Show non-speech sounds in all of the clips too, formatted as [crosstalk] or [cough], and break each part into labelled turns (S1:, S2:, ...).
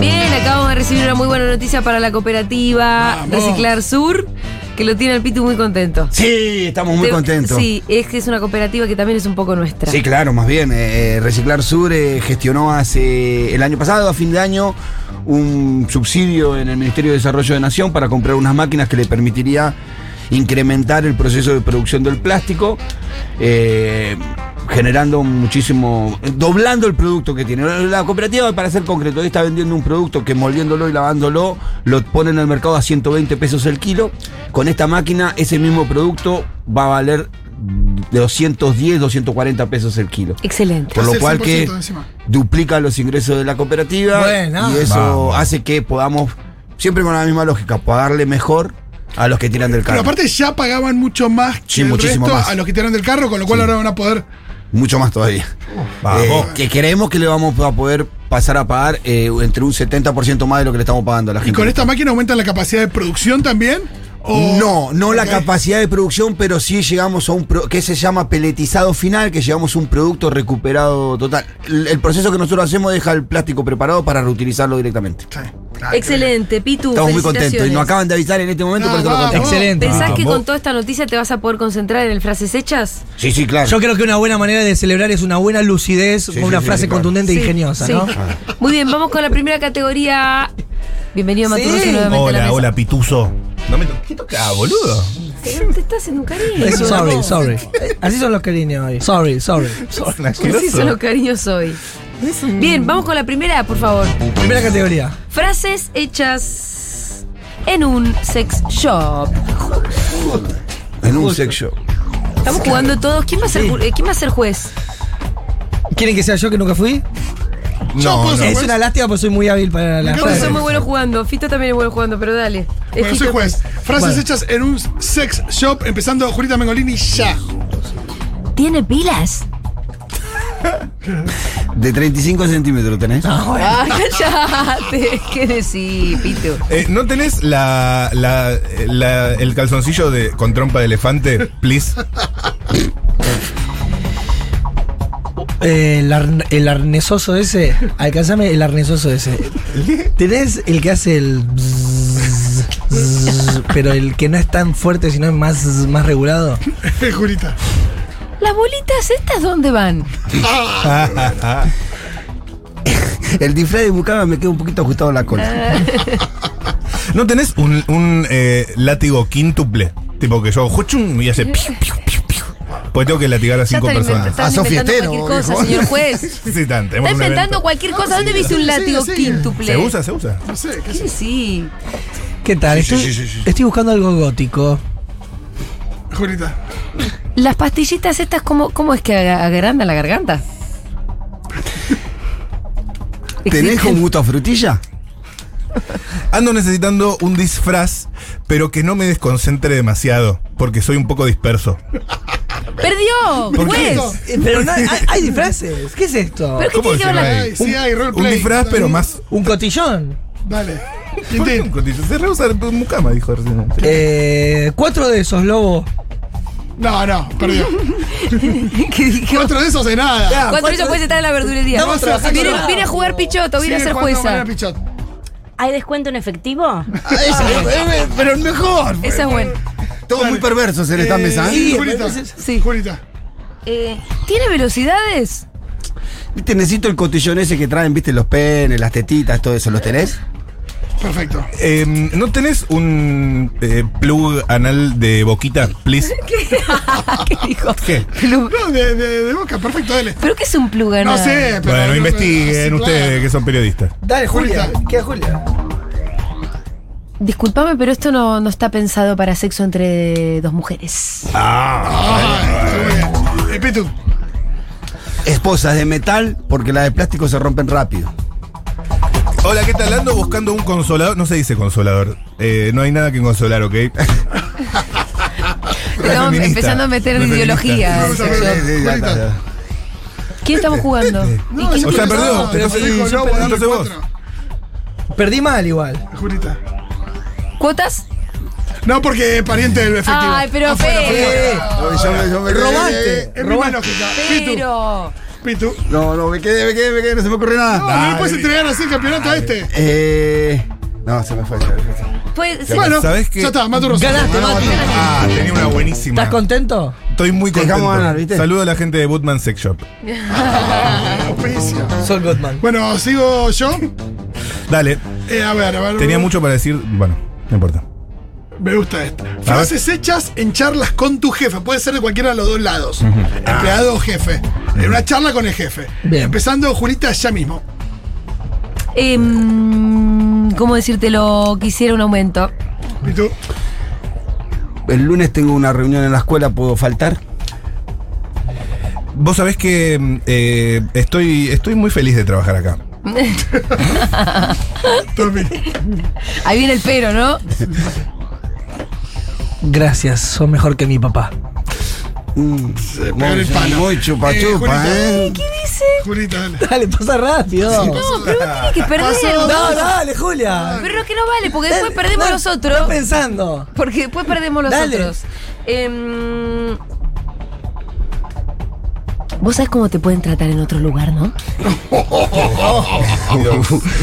S1: Bien, acabamos de recibir una muy buena noticia para la cooperativa
S2: Vamos.
S1: Reciclar Sur, que lo tiene el Pitu muy contento.
S2: Sí, estamos muy
S1: Te-
S2: contentos.
S1: Sí, es que es una cooperativa que también es un poco nuestra.
S2: Sí, claro, más bien. eh, Reciclar Sur eh, gestionó hace el año pasado, a fin de año, un subsidio en el Ministerio de Desarrollo de Nación para comprar unas máquinas que le permitiría incrementar el proceso de producción del plástico, eh, generando muchísimo, doblando el producto que tiene. La cooperativa, para ser concreto, hoy está vendiendo un producto que moldeándolo y lavándolo lo ponen al mercado a 120 pesos el kilo. Con esta máquina, ese mismo producto va a valer de 210, 240 pesos el kilo.
S1: Excelente.
S2: Por lo
S3: Es el
S2: cual que
S3: 100% encima.
S2: duplica los ingresos de la cooperativa
S4: Bueno.
S2: y eso
S5: Vamos.
S2: hace que podamos, siempre con la misma lógica, pagarle mejor a los que tiran del
S3: Pero
S2: carro.
S3: aparte ya pagaban mucho más que
S2: Sí,
S3: el
S2: muchísimo
S3: resto
S2: más.
S3: a los que tiraron del carro, con lo cual
S2: Sí.
S3: ahora van a poder.
S2: Mucho más todavía.
S5: Vamos.
S2: Eh, que creemos que le vamos a poder pasar a pagar eh, entre un 70% más de lo que le estamos pagando a la gente.
S3: ¿Y con esta máquina aumentan la capacidad de producción también? ¿O-
S2: No, no la
S3: Ok.
S2: capacidad de producción, pero sí llegamos a un pro- que se llama peletizado final, que llegamos a un producto recuperado total. El, el proceso que nosotros hacemos deja el plástico preparado para reutilizarlo directamente.
S3: Sí. Ah,
S1: Excelente, Pitu.
S2: Estamos muy contentos y nos
S1: felicitaciones.
S2: acaban de avisar en este momento,
S3: Ah,
S2: por eso lo
S3: vamos.
S2: contamos.
S4: Excelente.
S1: ¿Pensás
S5: Ah,
S1: que
S5: vos-
S1: con toda esta noticia te vas a poder concentrar en el frases hechas?
S2: Sí, sí, claro.
S4: Yo creo que una buena manera de celebrar es una buena lucidez,
S2: sí,
S4: con una
S2: sí,
S4: frase
S2: sí, claro.
S4: contundente e ingeniosa,
S1: sí.
S4: ¿no?
S2: Ah.
S1: Muy bien, vamos con la primera categoría. Bienvenido
S4: Sí.
S1: Maturroso nuevamente a la
S5: Hola,
S1: mesa.
S5: hola, Pituso. No me to- ¿Qué tocaba, boludo?
S1: Pero te estás haciendo un cariño.
S4: Eso, sorry, sorry. Así son los cariños hoy. Sorry, sorry.
S5: Un
S1: Sí,
S5: asqueroso.
S1: solo cariño soy. Bien, vamos con la primera, por favor.
S4: Primera categoría.
S1: Frases hechas en un sex shop.
S2: En un sex shop.
S1: Estamos jugando todos. ¿Quién va a ser, ju- eh, ¿quién va a ser juez?
S4: ¿Quieren que sea yo que nunca fui?
S3: Yo puedo
S5: No, no.
S3: ser
S4: Es
S3: juez.
S4: una lástima porque soy muy hábil para la
S3: Me
S1: Vos
S3: encanta.
S1: sos muy bueno jugando. Fito también es bueno jugando, pero dale. Es
S3: Bueno, soy
S1: Fito.
S3: juez. Frases
S4: Bueno.
S3: hechas en un sex shop, empezando Julita
S2: [laughs]
S3: Mengolini ya.
S1: ¿Tiene pilas?
S2: De 35 centímetros tenés.
S1: Ah, [laughs] callate. ¿Qué decís, Pito?
S5: Eh, ¿No tenés la, la- la- el calzoncillo de, con trompa de elefante, please?
S4: Eh, el, arn- el arnesoso ese. Alcanzame el arnesoso ese. Tenés el que hace el. [laughs] bzz, bzz, pero el que no es tan fuerte, sino es más, más regulado.
S3: Julita.
S1: ¿Las bolitas estas dónde van?
S2: El disfraz de Bucama me queda un poquito ajustado a la
S4: Ah,
S2: cola.
S5: ¿No tenés un, un, eh, látigo quíntuple? Tipo que yo hago juchum y hace piu, piu, piu, piu. Pues tengo que latigar a cinco
S1: están inventando-
S5: personas.
S1: están
S2: Ah, sos
S1: inventando
S2: fiestero,
S1: cualquier cosa,
S2: viejo.
S1: señor juez.
S5: Sí, tan,
S1: Está
S5: tenemos un
S1: inventando
S5: evento.
S1: cualquier cosa. ¿Dónde
S3: sí,
S1: viste un
S3: sí,
S1: látigo
S3: sí.
S1: quíntuple?
S5: ¿Se usa? ¿Se usa?
S3: No sé, ¿qué
S1: ¿Qué
S3: sé?
S1: sí?
S4: ¿Qué tal?
S2: Sí, sí,
S4: Estoy,
S2: sí, sí, sí.
S4: estoy buscando algo gótico.
S3: Julita.
S1: Las pastillitas estas, ¿cómo, cómo es que aga- agrandan la garganta?
S2: ¿Tenés
S1: Existen.
S2: con gusto a frutilla?
S5: Ando necesitando un disfraz, pero que no me desconcentre demasiado, porque soy un poco disperso.
S1: ¡Perdió!
S5: ¿Por qué?
S1: ¡Juez!
S4: Eh, Pero no, hay, hay disfraces. ¿Qué es esto?
S1: ¿Pero qué
S5: ¿Cómo
S1: tiene que ver
S5: decirlo
S1: la-
S5: ahí?
S3: Ay, sí, hay
S5: Un
S3: roleplay.
S5: disfraz, pero
S3: Dale.
S5: más.
S4: ¿Un cotillón?
S3: Dale.
S5: ¿Por qué un
S3: Quintín.
S5: cotillo? Se rehúsa mucama, dijo recién.
S4: Eh, cuatro de esos, lobo.
S3: No, no, perdió.
S1: [laughs] ¿Qué dije?
S3: Cuatro de esos de nada.
S1: Cuatro de ellos puede estar en la verdulería.
S3: Estamos trabajando.
S1: Viene, viene a jugar pichoto, viene a
S3: Sigue
S1: ser
S3: jugando
S1: jueza.
S3: Mariana Pichot.
S6: ¿Hay descuento en efectivo?
S2: Pero Ah, el mejor.
S1: Esa es buena.
S2: Todos muy perversos en esta
S3: Eh,
S2: mesa. ¿eh?
S4: sí.
S3: Julita.
S1: Sí.
S3: Julita.
S1: Eh, ¿Tiene velocidades? [laughs]
S2: Viste, necesito el cotillón ese que traen, viste, los penes, las tetitas, todo eso. ¿Los tenés?
S3: Perfecto.
S5: Eh, ¿No tenés un eh, plug anal de boquita, please?
S1: ¿Qué dijo?
S5: ¿Qué?
S1: Plug.
S3: No, de, de, de boca, perfecto, dale.
S1: ¿Pero qué es un plugan?
S3: No sé, pero.
S5: Bueno,
S3: no-
S5: investiguen
S3: sí,
S5: ustedes
S3: claro.
S5: que son periodistas.
S4: Dale,
S3: Julia.
S4: ¿Qué Julia?
S1: Disculpame, pero esto no, no está pensado para sexo entre dos mujeres.
S3: Ah,
S5: Ah,
S3: Ay, Ah, Epitu.
S2: Esposas de metal porque las de plástico se rompen rápido.
S5: Hola, ¿qué tal? Ando buscando un consolador. No se dice consolador. Eh, no hay nada que consolar, ¿ok?
S1: Estamos empezando a meter en ideología.
S3: Vamos a ver,
S2: Sí, sí, ya
S3: Julita.
S2: está, ya.
S1: ¿Quién estamos jugando? ¿Y
S3: No,
S1: quién-
S3: yo
S5: O sea,
S3: pensaba,
S5: perdón,
S3: te
S5: pero
S3: lo
S5: sí,
S3: dijo
S5: sí,
S3: Lobo,
S5: pero
S3: dame
S5: entonces vos.
S3: cuatro.
S4: Perdí mal igual.
S3: Julita.
S1: ¿Cuotas?
S3: No, porque es pariente del efectivo.
S1: Ay, pero
S4: Eh,
S2: Oye, yo me- yo me-
S3: Robaste. Es mi misma lógica. Pitu.
S1: Pero.
S3: Pitu.
S2: No, no, me quedé, me quedé, me quedé, no se me ocurrió nada.
S3: No, no
S2: Dale.
S3: le puedes entregar así el campeonato a este.
S2: Eh. No, se me fue. se me fue.
S1: Pues,
S3: Bueno,
S5: ¿sabés qué?
S3: ya está, Mato Rosa.
S4: Ganaste, Mati.
S5: Ah, tenía una buenísima.
S4: ¿Estás contento?
S5: Estoy muy
S2: Dejamos
S5: contento.
S2: ganar, ¿viste?
S5: Saludo a la gente de Bootman Sex Shop.
S4: Sol Gottman.
S3: Bueno, sigo yo.
S5: Dale,
S3: Eh, a ver, a ver.
S5: tenía mucho para decir. Bueno, no importa.
S3: Me gusta esta. Frases hechas en charlas con tu jefe. Puede ser de cualquiera de los dos lados. Empleado o jefe. En una charla con el jefe.
S4: Bien.
S3: Empezando, Julita, ya mismo.
S1: em, ¿Cómo decírtelo? Quisiera un aumento.
S3: Pitu.
S2: El lunes tengo una reunión en la escuela, ¿puedo faltar?
S5: Vos sabés que eh, estoy, estoy muy feliz de trabajar acá.
S3: Tommy.
S1: Ahí viene el pero,
S3: [laughs]
S1: ¿no?
S4: Gracias, sos mejor que mi papá.
S2: Mm,
S3: pega el palo.
S2: Muy chupa
S3: Eh,
S2: chupa,
S3: Julita.
S2: ¿eh?
S3: Julita, dale.
S4: Dale, pasa rápido.
S1: No, pero uno tiene que perder.
S3: Pasó.
S4: No, dale, Julia.
S1: Pero es que no vale, porque después
S4: Dale,
S1: perdemos
S4: dale,
S1: nosotros.
S4: Estás pensando.
S1: Porque después perdemos
S4: Dale.
S1: nosotros. Em, Vos sabés cómo te pueden tratar en otro lugar, ¿no?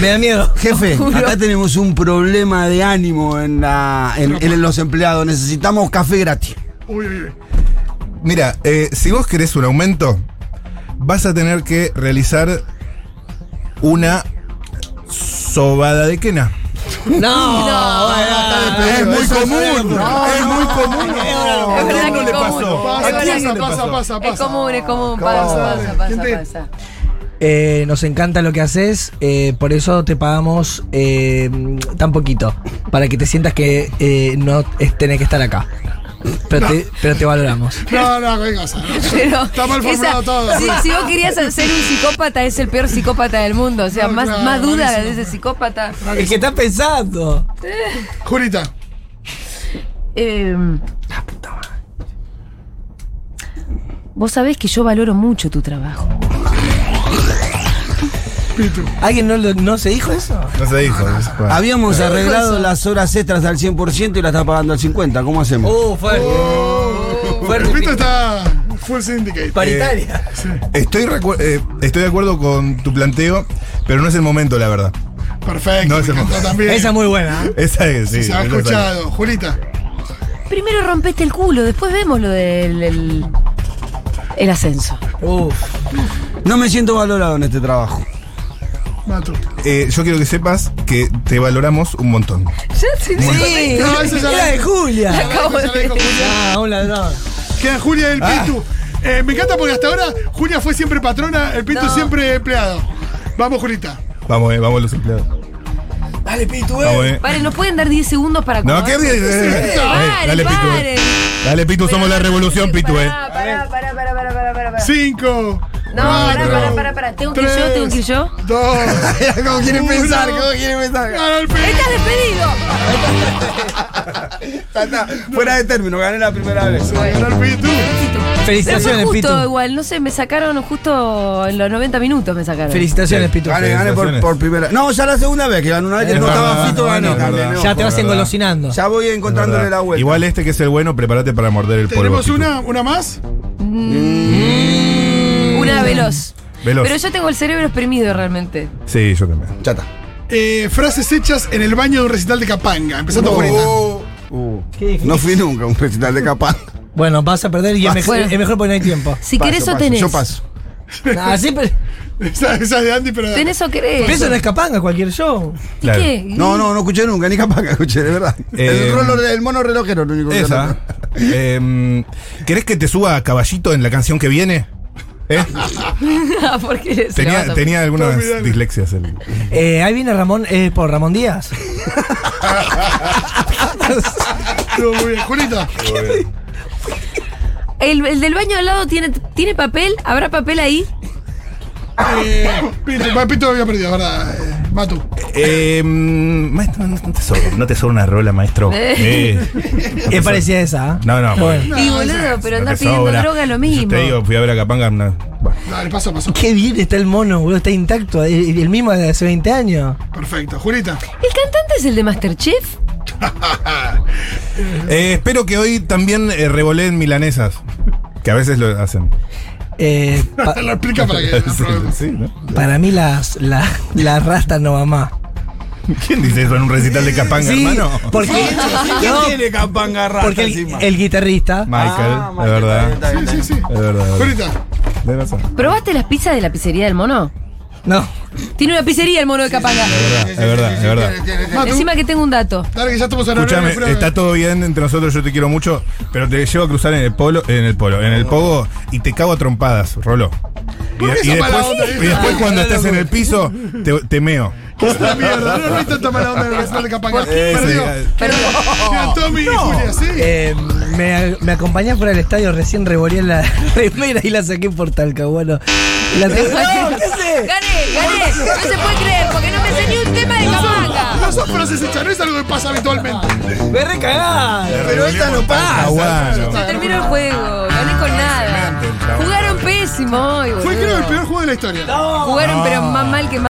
S4: Me da miedo.
S2: Jefe, acá tenemos un problema de ánimo en, la, en, en los empleados. Necesitamos café gratis.
S3: Uy, uy, uy.
S5: Mira, eh, si vos querés un aumento, vas a tener que realizar una sobada de quena.
S4: [laughs] No.
S2: Es muy común.
S3: Es muy común.
S1: Es verdad que
S5: no le
S1: es común.
S5: pasó.
S1: Es
S3: Pasa,
S1: verdad que
S3: pasa,
S1: es
S3: pasa,
S1: común.
S3: pasa,
S1: Es
S3: pasa.
S1: común, es común. Pasa, pasa,
S3: ¿Quién
S1: pasa,
S3: te-
S1: pasa.
S4: Eh, nos encanta lo que haces, eh, por eso te pagamos eh, tan poquito, para que te sientas que eh, no es- tenés que estar acá. Pero, te, pero te valoramos.
S3: No, no, qué cosa. no.
S1: Pero
S3: Está mal
S1: esa-
S3: formulado todo.
S1: Si, si vos querías ser un psicópata, es el peor psicópata del mundo. O sea,
S3: No,
S1: más,
S3: claro,
S1: más duda de
S3: buenísimo.
S1: ese psicópata.
S4: El que está pensando.
S3: Julita.
S1: Em, Vos sabés que yo valoro mucho tu trabajo.
S4: ¿Alguien no, lo- no se dijo eso?
S5: No se dijo.
S3: Ah.
S2: Habíamos arreglado las horas extras al 100% y las está pagando al 50%. ¿Cómo hacemos?
S4: Uh, fue
S3: El
S4: Fuerte.
S3: pito está full syndicate.
S4: paritaria.
S5: Estoy, recu- eh, estoy de acuerdo con tu planteo, pero no es el momento, la verdad.
S3: Perfecto.
S5: No,
S3: me
S5: ese
S3: encantó
S5: no.
S3: también.
S4: Esa es muy buena. ¿eh?
S5: Esa es, sí.
S3: Se ha
S5: esa es.
S3: escuchado. Julita.
S1: Primero rompete el culo, después vemos lo del el, el ascenso.
S4: Uf.
S3: Oh.
S2: No me siento valorado en este trabajo.
S3: Mato.
S5: Eh, yo quiero que sepas que te valoramos un montón.
S4: Sí,
S3: No, eso ya
S4: era
S3: la-
S4: de Julia.
S1: Acabo
S3: Ya la dijo
S1: de-
S3: Julia.
S4: Ah, un ladrón.
S3: Queda Julia y el Pitu. Eh, me encanta porque hasta ahora Julia fue siempre patrona, el Pitu siempre empleado. Vamos, Julita.
S5: Vamos, eh, vamos los empleados.
S4: Dale, Pitu,
S5: Vamos, eh.
S1: Vale, no pueden dar 10 segundos para
S5: No, ¿qué
S1: acomodar?
S5: eh, [laughs] eh, eh, Dale, Pitu. eh. Dale, Pitu, somos la revolución, Pitu, eh.
S1: Pará, pará, pará, pará, pará, pará, pará, pará.
S3: Cinco.
S1: No, pará, pará, pará, pará. ¿Tengo que ir yo? ¿Tengo que ir yo?
S3: Dos.
S2: ¿Cómo quieren
S3: Uno.
S2: pensar? ¿Cómo quieren pensar?
S3: Ganó el Pitu.
S1: ¡Estás despedido!
S2: Está, está, Fuera de término, gané la primera vez.
S3: Ganó el Pitu.
S1: Pero fue
S4: Felicitaciones,
S1: justo
S4: Pitu.
S1: igual, no sé, me sacaron justo en los 90 minutos me sacaron.
S4: Felicitaciones, Pitu.
S2: Gané, gané por, por primera No, ya la segunda vez que ganó una vez que
S4: Es
S2: no estaba
S4: verdad,
S2: fito, gané.
S4: bueno,
S2: también,
S5: es
S2: ¿no?
S4: Ya te vas
S5: Verdad.
S4: engolosinando.
S2: Ya voy encontrándole la vuelta.
S5: Igual este que es el bueno, prepárate para morder el polvo.
S3: Tenemos
S5: Pitu.
S3: una, una más.
S1: Una veloz.
S5: Veloz.
S1: Pero yo tengo el cerebro exprimido realmente.
S5: Sí, yo también.
S2: Ya está.
S3: Eh, frases hechas en el baño de un recital de Capanga. Empezando
S5: Oh.
S3: Julita.
S2: Uh,
S4: Qué difícil.
S2: no fui nunca a un recital de capaz.
S4: Bueno, vas a perder y es, mejor-
S1: Bueno.
S4: es mejor porque no hay tiempo.
S1: Si querés o tenés.
S2: Yo paso.
S4: Así, pero,
S3: [laughs] Esa, esa es de Andy, pero.
S1: ¿Tenés o
S4: pero
S1: querés?
S4: eso no es capanga, cualquier show.
S1: ¿Y
S5: Claro.
S1: qué? [laughs]
S2: No, no, no escuché nunca, ni capaz que escuché, de verdad.
S5: Eh,
S2: el, rolo- el mono relojero, lo único que
S5: Esa.
S2: conozco.
S5: Em, ¿Querés que te suba a caballito en la canción que viene?
S1: [laughs]
S5: ¿Eh?
S1: Porque se
S5: Tenía,
S1: levanta-
S5: tenía algunas
S3: Olvidalo.
S5: dislexias. El...
S4: Eh, ahí viene Ramón, eh, por Ramón Díaz.
S3: Estuvo muy bien. Julita.
S1: El, el del baño al lado tiene, tiene papel, habrá papel ahí.
S3: Eh, Pito, Pito había perdido, ¿verdad? Eh, Matu.
S5: Eh, mm, maestro, no te, sobra, no te sobra una rola, maestro.
S1: [laughs] Eh.
S5: Eh.
S4: ¿Qué parecía esa? ah?
S5: No, no,
S4: Bueno.
S1: y boludo, pero andar pidiendo droga es lo mismo.
S5: Yo te digo, fui a ver a Capanga. una- bueno.
S3: Dale, paso, paso.
S4: Qué bien está el mono, boludo, está intacto. El, el mismo de hace 20 años.
S3: Perfecto. Julita.
S1: ¿El cantante es el de Masterchef?
S5: Eh, espero que hoy también eh, revoleen milanesas, que a veces lo hacen.
S4: Eh, pa-
S3: Lo explica para
S5: [laughs]
S3: que.
S5: Sí,
S3: No
S5: sí, ¿no?
S4: para mí las, la- las rastas no va más.
S5: ¿Quién dice eso en un recital de Capanga,
S4: Sí,
S5: hermano?
S4: porque, no,
S2: tiene campanga rata
S4: porque el, eh, el guitarrista...
S5: Ah, Michael, de verdad.
S3: sí, sí, sí.
S5: Es verdad.
S3: Julita.
S5: De razón.
S1: ¿Probaste las pizzas de la pizzería del mono?
S4: No.
S1: Tiene una pizzería el mono de Capanga.
S5: Ah, Es verdad, es verdad.
S3: Matu.
S1: Encima que tengo un dato.
S3: Dale, que ya estamos en
S5: Escuchame,
S3: horario de
S5: está
S3: prueba.
S5: todo bien entre nosotros, yo te quiero mucho, pero te llevo a cruzar en el polo, en el polo, en el pogo y te cago a trompadas, Rolo. Y,
S3: ¿Por qué
S5: y
S3: esa mala
S5: después,
S3: onda,
S5: y
S3: viejo?
S5: después cuando
S3: Ah,
S5: estás en el piso, te, te meo.
S3: Es una mierda. No, no hay tanta mala onda en el recital de Capanga.
S5: qué?
S3: Perdió.
S5: Ese,
S3: Quedan Tommy y Julia, sí.
S4: Eh, me, me acompañás por el estadio, recién revolé la [laughs] remera y la saqué por Talcahuano. La tengo- ¡No, qué sé!
S1: ¡Gané! ¡Gané! No se puede creer porque no me sé ni un tema de Capanga.
S3: No son frases hechas, no es algo que pasa habitualmente.
S4: ¡Me recagás!
S5: Pero esta no pasa.
S1: Se terminó el juego. Gané con nada. Jugaron pésimo hoy,
S3: Fue creo el
S1: boludo.
S3: peor juego de la historia.
S1: Jugaron pero más mal que mal.